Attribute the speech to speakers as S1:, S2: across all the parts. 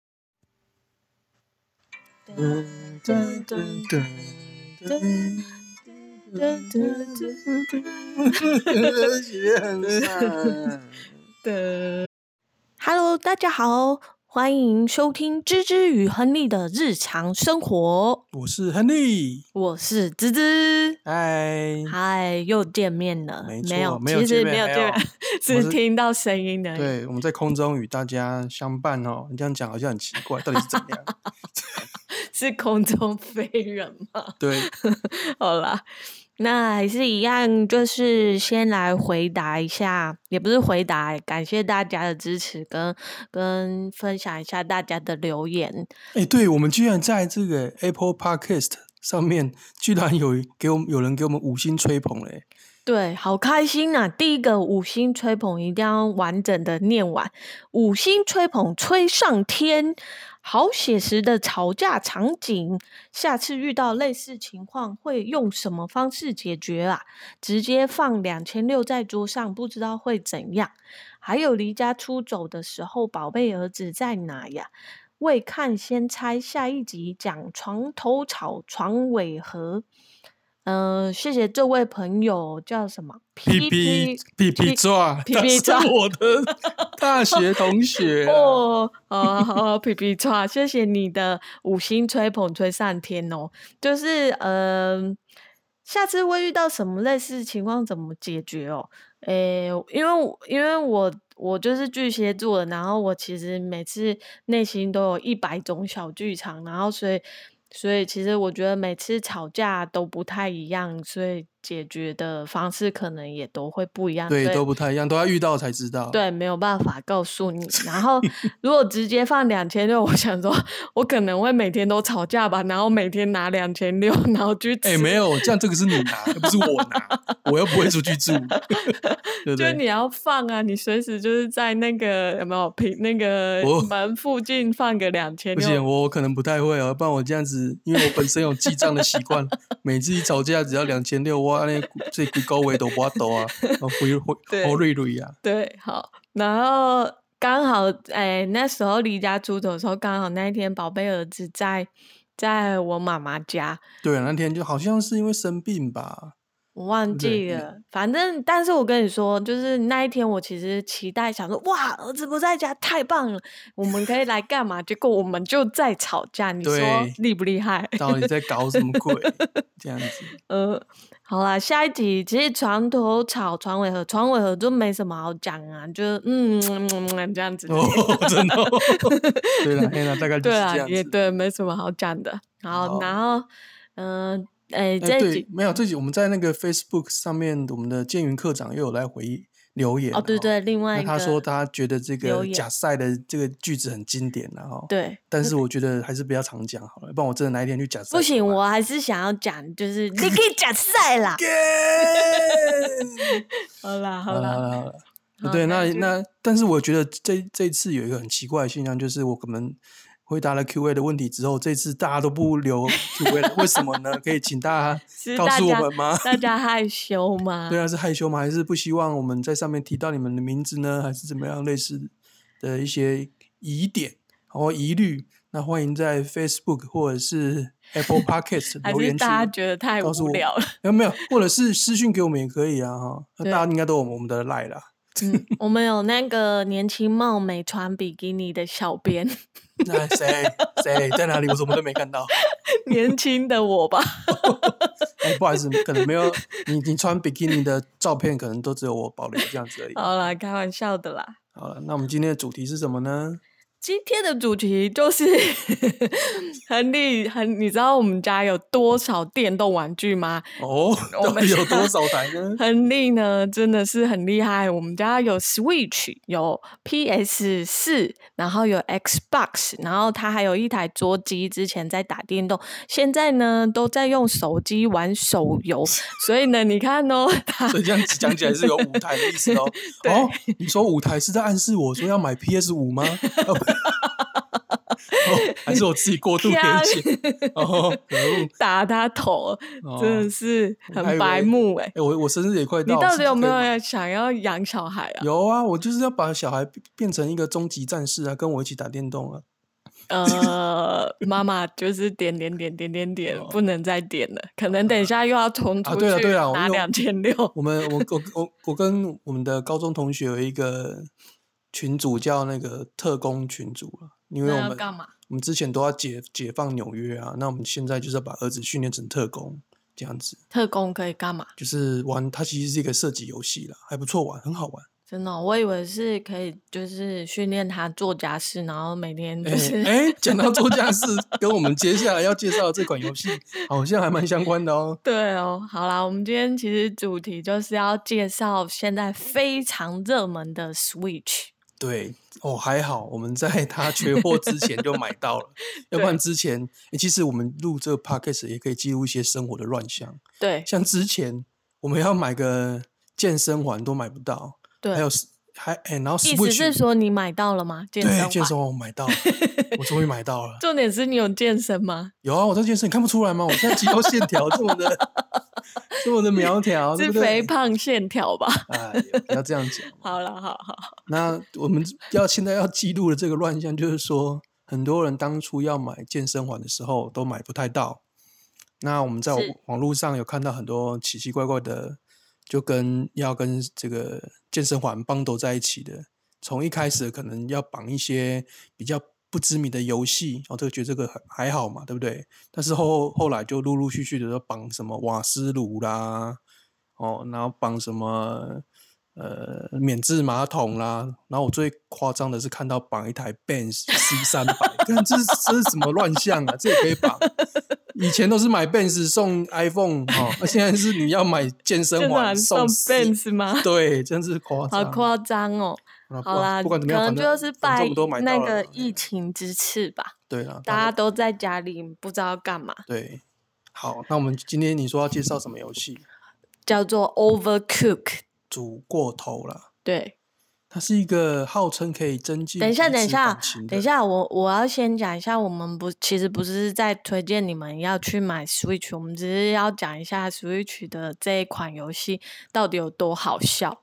S1: 噔噔噔噔噔噔噔噔。Hello，大家好，欢迎收听芝芝与亨利的日常生活。
S2: 我是亨利，
S1: 我是芝芝，
S2: 嗨，
S1: 嗨，又见面了，
S2: 没错
S1: 没有，
S2: 没有
S1: 其实
S2: 见面
S1: 没有
S2: 没
S1: 见
S2: 有
S1: 面，
S2: 我
S1: 只
S2: 是
S1: 听到声音而已。
S2: 对，我们在空中与大家相伴哦。你这样讲好像很奇怪，到底是怎 样？
S1: 是空中飞人吗？
S2: 对，
S1: 好啦，那还是一样，就是先来回答一下，也不是回答，感谢大家的支持跟跟分享一下大家的留言。
S2: 哎，对，我们居然在这个 Apple Podcast 上面，居然有给我们有人给我们五星吹捧嘞！
S1: 对，好开心啊！第一个五星吹捧一定要完整的念完，五星吹捧吹上天，好写实的吵架场景。下次遇到类似情况会用什么方式解决啊？直接放两千六在桌上，不知道会怎样。还有离家出走的时候，宝贝儿子在哪呀？未看先猜，下一集讲床头吵，床尾和。嗯、谢谢这位朋友，叫什么
S2: 屁屁屁屁抓，
S1: 屁
S2: 他
S1: 屁
S2: 是
S1: 抓
S2: 我的大学同学啊。
S1: 哦，好好好，皮皮叉，谢谢你的五星吹捧吹上天哦。就是嗯、下次会遇到什么类似情况怎么解决哦？诶，因为我因为我我就是巨蟹座的，然后我其实每次内心都有一百种小剧场，然后所以所以其实我觉得每次吵架都不太一样，所以解决的方式可能也都会不一样。
S2: 对，
S1: 所以
S2: 都不太一样，都要遇到才知道。，
S1: 对，没有办法告诉你。然后如果直接放两千六，我想说，我可能会每天都吵架吧，然后每天拿两千六，然后去吃。
S2: 哎，没，有，这样这个是你拿，又不是我拿，我又不会出去住，对不
S1: 就
S2: 对？
S1: 你要放啊，你随时就是在那个有没有平那个
S2: 我
S1: 门附近放个两千
S2: 不行，
S1: 六。
S2: 我可能不太会哦，不然我这样子，因为我本身有记账的习惯，每次一吵架只要两千六，我那最高位都不抖啊，我回
S1: 对
S2: 回我瑞瑞啊，
S1: 对，好，然后刚好哎，那时候离家出走的时候，刚好那一天宝贝儿子在在我妈妈家，
S2: 对啊，那天就好像是因为生病吧，
S1: 我忘
S2: 对
S1: 记
S2: 嗯
S1: 了，反正，但是我跟你说，就是那一天，我其实期待想说，哇，儿子不在家，太棒了，我们可以来干嘛？结果我们就在吵架，你说
S2: 对
S1: 厉不厉害？
S2: 到底在搞什么鬼？这样子，
S1: 呃，好啦，下一题，其实床头吵，床尾和，床尾和就没什么好讲啊，就是嗯 这样子。
S2: 哦，真的哦、对了，黑了，大概就是
S1: 对
S2: 这
S1: 啊，
S2: 样
S1: 也
S2: 子。
S1: 对，没什么好讲的。好，
S2: 好
S1: 然后，嗯、哎、
S2: 哎、
S1: 这一
S2: 对
S1: 集，，
S2: 没有这集我们在那个 Facebook 上面，我们的建云课长又有来回留言
S1: 哦，对对，另外
S2: 那
S1: 一个，
S2: 他说他觉得这
S1: 留
S2: 个
S1: 言
S2: 假赛的这个句子很经典然后，
S1: 对，
S2: 但是我觉得还是不要常讲好了，不然我真的哪一天去假赛
S1: 不行，
S2: 怎么办。
S1: 我还是想要讲， 就是你可以讲赛啦
S2: 干
S1: 好啦，
S2: 好了好了好了。
S1: 好
S2: 啊对，
S1: 那
S2: 那
S1: 就
S2: 那但是我觉得这这一次有一个很奇怪的现象，就是我可能回答了 Q&A 的问题之后，这次大家都不留 Q&A，了为什么呢？可以请大
S1: 是
S2: 家告
S1: 大
S2: 诉我
S1: 家
S2: 们吗？
S1: 大家害羞吗？
S2: 对啊，是害羞吗？还是不希望我们在上面提到你们的名字呢？还是怎么样类似的一些疑点或疑虑？那欢迎在 Facebook 或者是 Apple Podcast
S1: 还
S2: 留
S1: 是
S2: 言区，
S1: 大家觉得太
S2: 告诉
S1: 无
S2: 我
S1: 聊了？
S2: 有没有？或者是私讯给我们也可以啊哈。那
S1: 对
S2: 大家应该都有我们的 line 啦。
S1: 嗯， 我们有那个年轻貌美穿比基尼的小编，
S2: 那谁谁在哪里？我怎么都没看到？
S1: 年轻的我吧，
S2: 哎，不好意思，可能没有你你穿比基尼的照片，可能都只有我保留这样子而已。
S1: 好啦，开玩笑的啦。
S2: 好了，那我们今天的主题是什么呢？
S1: 今天的主题就是 很厉很，你知道我们家有多少电动玩具吗？
S2: 哦，
S1: 我
S2: 到
S1: 们
S2: 底有
S1: 家
S2: 多少台呢？
S1: 亨利呢，真的是很厉害。我们家有 Switch，有 PS 四，然后有 Xbox，然后他还有一台桌机，之前在打电动，现在呢都在用手机玩手 游。所以呢，你看哦，他。
S2: 所以这样子讲起来是有舞台的意思哦
S1: 对
S2: 哦，你说舞台是在暗示我说要买 PS 五吗？ 哦，还是我自己过度偏
S1: 啊
S2: 见？ 哦，可恶！
S1: 打他头，
S2: 哦
S1: 真的是很白目哎、
S2: 哎、我我生日也快
S1: 你
S2: 到了，
S1: 到
S2: 是不
S1: 底
S2: 是
S1: 有没
S2: 可以买
S1: 有想要养小 孩啊？
S2: 有啊，我就是要把小孩变变成一个终极战士啊，跟我一起打电动啊。
S1: 呃，妈妈就是点点点点点点，不能再点了，可能等一下又要重出
S2: 哦啊对啊
S1: 去
S2: 对啊我
S1: 拿
S2: 又
S1: 两千六。
S2: 我们我我我我跟我们的高中同学有一个群组叫那个特工群组了，因为
S1: 那
S2: 我
S1: 要
S2: 们
S1: 干嘛？
S2: 我们之前都要解解放纽约啊，那我们现在就是要把儿子训练成特工这样子，
S1: 特工可以干嘛？
S2: 就是玩它其实是一个射击游戏啦，还不错玩，很好玩。
S1: 真的哦、我以为是可以，就是训练他做家事，然后每天
S2: 哎
S1: 就是、
S2: 哎，讲到做家事，跟我们接下来要介绍的这款游戏好像还蛮相关的哦。
S1: 对哦，好啦，我们今天其实主题就是要介绍现在非常热门的 Switch。
S2: 对哦，还好我们在它缺货之前就买到了，要不然之前、诶其实我们录这个 podcast 也可以记录一些生活的乱象，
S1: 对
S2: 像之前我们要买个健身环都买不到，
S1: 对
S2: 还，有 s- 还哎、然后
S1: 意思是
S2: Switch
S1: 说你买到了吗？健
S2: 对
S1: 身
S2: 健
S1: 环。
S2: 身环我买到了，我终于买到了。
S1: 重点是你有健身吗？
S2: 有啊，我在健身，你看不出来吗？我现在肌肉线条这么的 这么的苗条，对
S1: 是
S2: 不对
S1: 肥胖线条吧？
S2: 哎呀，不要这样讲。
S1: 好了，好好，
S2: 那我们要现在要记录的这个乱象，就是说，很多人当初要买健身环的时候都买不太到。那我们在
S1: 是
S2: 网络上有看到很多奇奇怪怪的，就跟要跟这个健身环绑斗在一起的。从一开始可能要绑一些比较不知名的游戏，哦，这个觉得这个很还好嘛，对不对？但是后后来就陆陆续续的绑什么瓦斯炉啦，哦，然后绑什么呃免治马桶啦，然后我最夸张的是看到绑一台 Benz C 三百，看这是这是什么乱象啊？这也可以绑？以前都是买 Benz 送 iPhone 哦，那现在是你要买健身
S1: 健身
S2: 环
S1: 环送
S2: C-
S1: Benz 吗？
S2: 对，真是夸
S1: 好
S2: 张，
S1: 夸张哦！
S2: 那不
S1: 好啦，
S2: 不管怎么
S1: 可能
S2: 样，反
S1: 就
S2: 正
S1: 是
S2: 反正
S1: 拜
S2: 我们都买
S1: 那
S2: 到了哎
S1: 个
S2: 嘛
S1: 疫情之赐吧，
S2: 对了，
S1: 大
S2: 然
S1: 家
S2: 后
S1: 都在家里不知道干嘛，
S2: 对。好，那我们今天你说要介绍什么游戏？
S1: 叫做 Overcook。
S2: 煮过头了，
S1: 对，
S2: 它是一个号称可以增进
S1: 等一下，
S2: 彼
S1: 等一
S2: 此
S1: 下
S2: 感情，
S1: 等一
S2: 的
S1: 下，我我要先讲一下，我们不其实不是在推荐你们要去买 Switch，我们只是要讲一下 Switch 的这一款游戏到底有多好笑。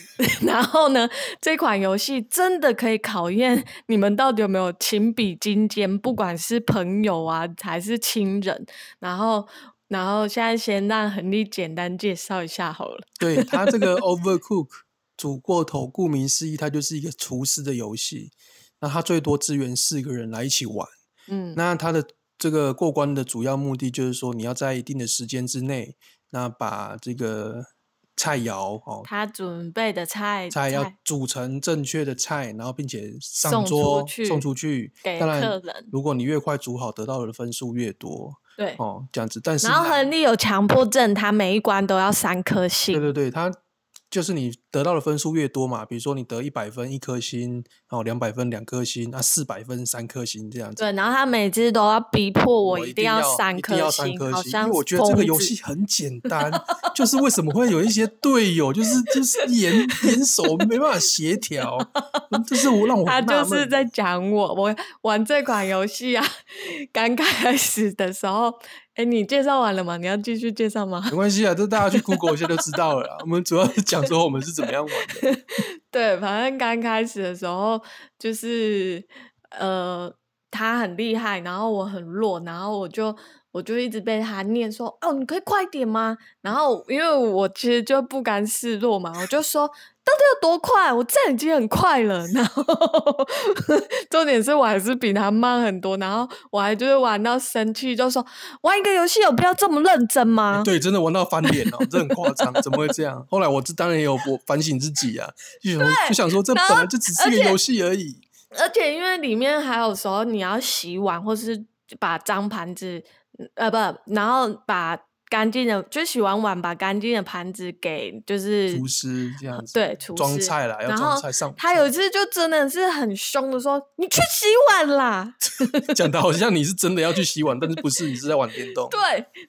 S1: 然后呢，这款游戏真的可以考验你们到底有没有情比金坚，不管是朋友啊还是亲人。然后，然后现在先让恒力简单介绍一下好了。
S2: 对它这个 overcook 煮过头，顾名思义，它就是一个厨师的游戏。那它最多支援四个人来一起玩。
S1: 嗯，
S2: 那它的这个过关的主要目的就是说，你要在一定的时间之内，那把这个菜肴哦，
S1: 他准备的菜
S2: 菜要煮成正确的菜，然后并且上
S1: 送出
S2: 桌
S1: 去
S2: 送出去。
S1: 给
S2: 当
S1: 客
S2: 然，
S1: 人，
S2: 如果你越快煮好，得到的分数越多
S1: 对。
S2: 哦，这样子。但是
S1: 然后
S2: 呢
S1: 恒力有强迫症，他每一关都要三颗
S2: 对
S1: 星。
S2: 对对，它就是你得到的分数越多嘛，比如说你得一百分一颗星，然后两百分两颗星，那四百分三颗星这样子。
S1: 对，然后他每次都要逼迫我
S2: 我
S1: 定
S2: 要
S1: 三
S2: 一定
S1: 颗
S2: 要三
S1: 星，
S2: 颗
S1: 好
S2: 星，因
S1: 像
S2: 为我觉得这个
S1: 疯
S2: 游
S1: 子
S2: 戏很简单，就是为什么会有一些队友就是就是眼眼手没办法协调，这是我让我
S1: 他
S2: 很
S1: 就
S2: 纳
S1: 是
S2: 闷
S1: 在讲我，我玩这款游戏啊， 刚开始的时候，哎，你介绍完了吗？你要继续介绍吗？
S2: 没关系啊，这大家去 Google 一下就知道了啦。我们主要是讲说我们是怎么样玩的。
S1: 对，反正刚开始的时候就是呃，他很厉害，然后我很弱，然后我就我就一直被他念说哦，你可以快点吗？然后因为我其实就不甘示弱嘛，我就说。到底有多快？我这样已经很快了。 然后重点是我还是比他慢很多，然后我还就是玩到生气，就说玩一个游戏有必要这么认真吗？
S2: 哎对，真的玩到翻脸了、这很夸张，怎么会这样？后来我这当然也有我反省自己啊，就想就想说这
S1: 然
S2: 本
S1: 后
S2: 来就只是一
S1: 而
S2: 个
S1: 且
S2: 游戏而已。
S1: 而且因为里面还有时候你要洗碗，或是把脏盘子，呃，不，然后把干净的，就洗完碗把干净的盘子给就是
S2: 厨师这样
S1: 嗯
S2: 子，
S1: 对厨师
S2: 装菜啦，要
S1: 然
S2: 装
S1: 后
S2: 菜上。
S1: 他有一次就真的是很凶的说：“你去洗碗啦！”
S2: 讲的好像你是真的要去洗碗，但是不是你是在玩电动
S1: 对，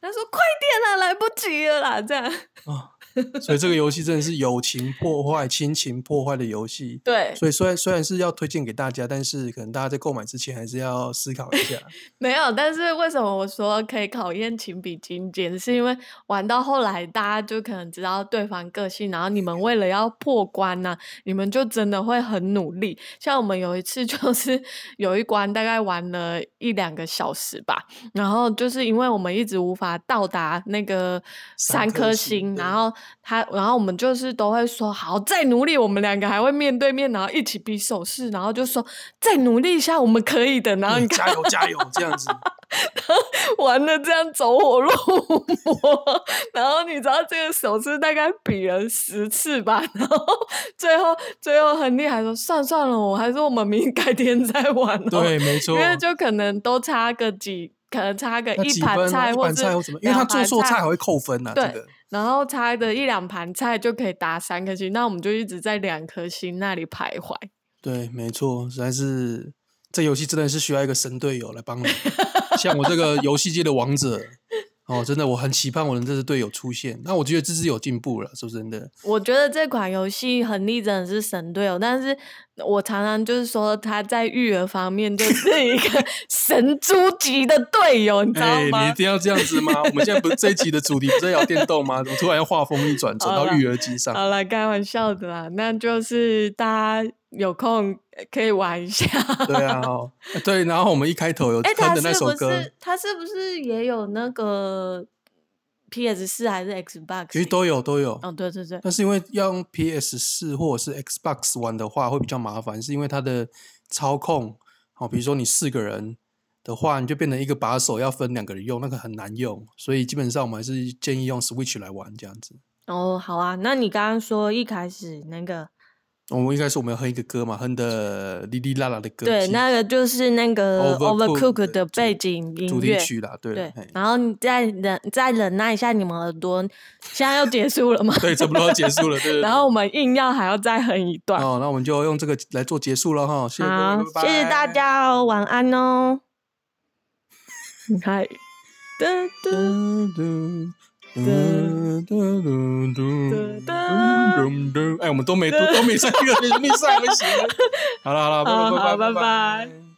S1: 他说：“快点啦，来不及了啦！”这样，
S2: 啊？所以这个游戏真的是友情破坏、亲情破坏的游戏。
S1: 对，
S2: 所以虽然虽然是要推荐给大家，但是可能大家在购买之前还是要思考一下。
S1: 没有，但是为什么我说可以考验情比金坚，是因为玩到后来，大家就可能知道对方个性，然后你们为了要破关呢、你们就真的会很努力。像我们有一次就是 有一关大概玩了一两个小时吧，然后就是因为我们一直无法到达那个
S2: 三
S1: 三
S2: 颗
S1: 颗
S2: 星
S1: 星，
S2: 对
S1: 然后他，然后我们就是都会说好，再努力，我们两个还会面对面，然后一起比手势，然后就说再努力一下，我们可以的。然后你
S2: 嗯
S1: 看。
S2: 加油加油，这样子。
S1: 玩的这样走火入魔，然后你知道这个手势大概比了十次吧，然后 最后最后恒力还说算了算了，我还是我们明改天再玩、哦，，
S2: 对，没 错
S1: 因。为就可能都差个几，可能差个
S2: 那几
S1: 一
S2: 分
S1: 盘
S2: 啊
S1: 菜
S2: 一
S1: 或
S2: 盘
S1: 者
S2: 菜或什么？因为他
S1: 两
S2: 做
S1: 盘
S2: 错
S1: 菜
S2: 菜还会扣分呐、啊。
S1: 对
S2: 这个
S1: 然后差的一两盘菜就可以打三颗星，那我们就一直在两颗星那里徘徊。
S2: 对，没错，实在是这游戏真的是需要一个神队友来帮 你。像我这个游戏界的王者，哦，真的我很期盼我的这支队友出现。那我觉得这支有进步了，说真的。
S1: 我觉得这款游戏很力真的是神队友，但是我常常就是说他在育儿方面就是一个 神猪级的队友，你知道
S2: 哎、你一
S1: 吗？
S2: 定要这样子吗？我们现在不是这一集的主题不是在聊电动吗？怎么突然要画风一转，转
S1: 好
S2: 到
S1: 啦
S2: 育儿机上？
S1: 好了，开玩笑的啦，那就是大家有空呃可以玩一 下。
S2: 对啊、哦，对。然后我们一开头有
S1: 哎、
S2: 哼
S1: 他
S2: 的那
S1: 是
S2: 首
S1: 不
S2: 歌，
S1: 是他是不是也有那个 PS 四还是 Xbox？
S2: 其实都有都有。
S1: 哦，对对对，
S2: 但是因为要用 PS 四或者是 Xbox 玩的话，会比较麻烦，是因为它的操控，好、比如说你四个人的话，你就变成一个把手要分两个人用，那个很难用，所以基本上我们还是建议用 Switch 来玩这样子。
S1: 哦，好啊，那你刚刚说一开始那个
S2: 我们一开始我们要哼一个歌嘛，哼的哩哩啦啦的歌，
S1: 对，
S2: 其呃
S1: 那个就是那个
S2: Overcooked
S1: Overcooked
S2: 的
S1: 的
S2: 主
S1: 背景音
S2: 主题
S1: 乐，
S2: 曲啦，对
S1: 对
S2: 嘿，
S1: 然后你再忍再忍耐一下你们耳朵，现在要结束了吗？
S2: 对，差不多要结束 了，对对对
S1: 然后我们硬要还要再哼一段。
S2: 哦，那我们就用这个来做结束了哈，谢谢各
S1: 好
S2: 位，拜拜
S1: 谢谢大。家哦，晚安哦。你看，哒
S2: 嘟
S1: 哒
S2: 嘟嘟嘟嘟嘟嘟嘟，哎，我们都没都都没上一个，你上不行。好了好
S1: 好
S2: 了，拜
S1: 好拜
S2: 拜拜
S1: 拜
S2: 拜。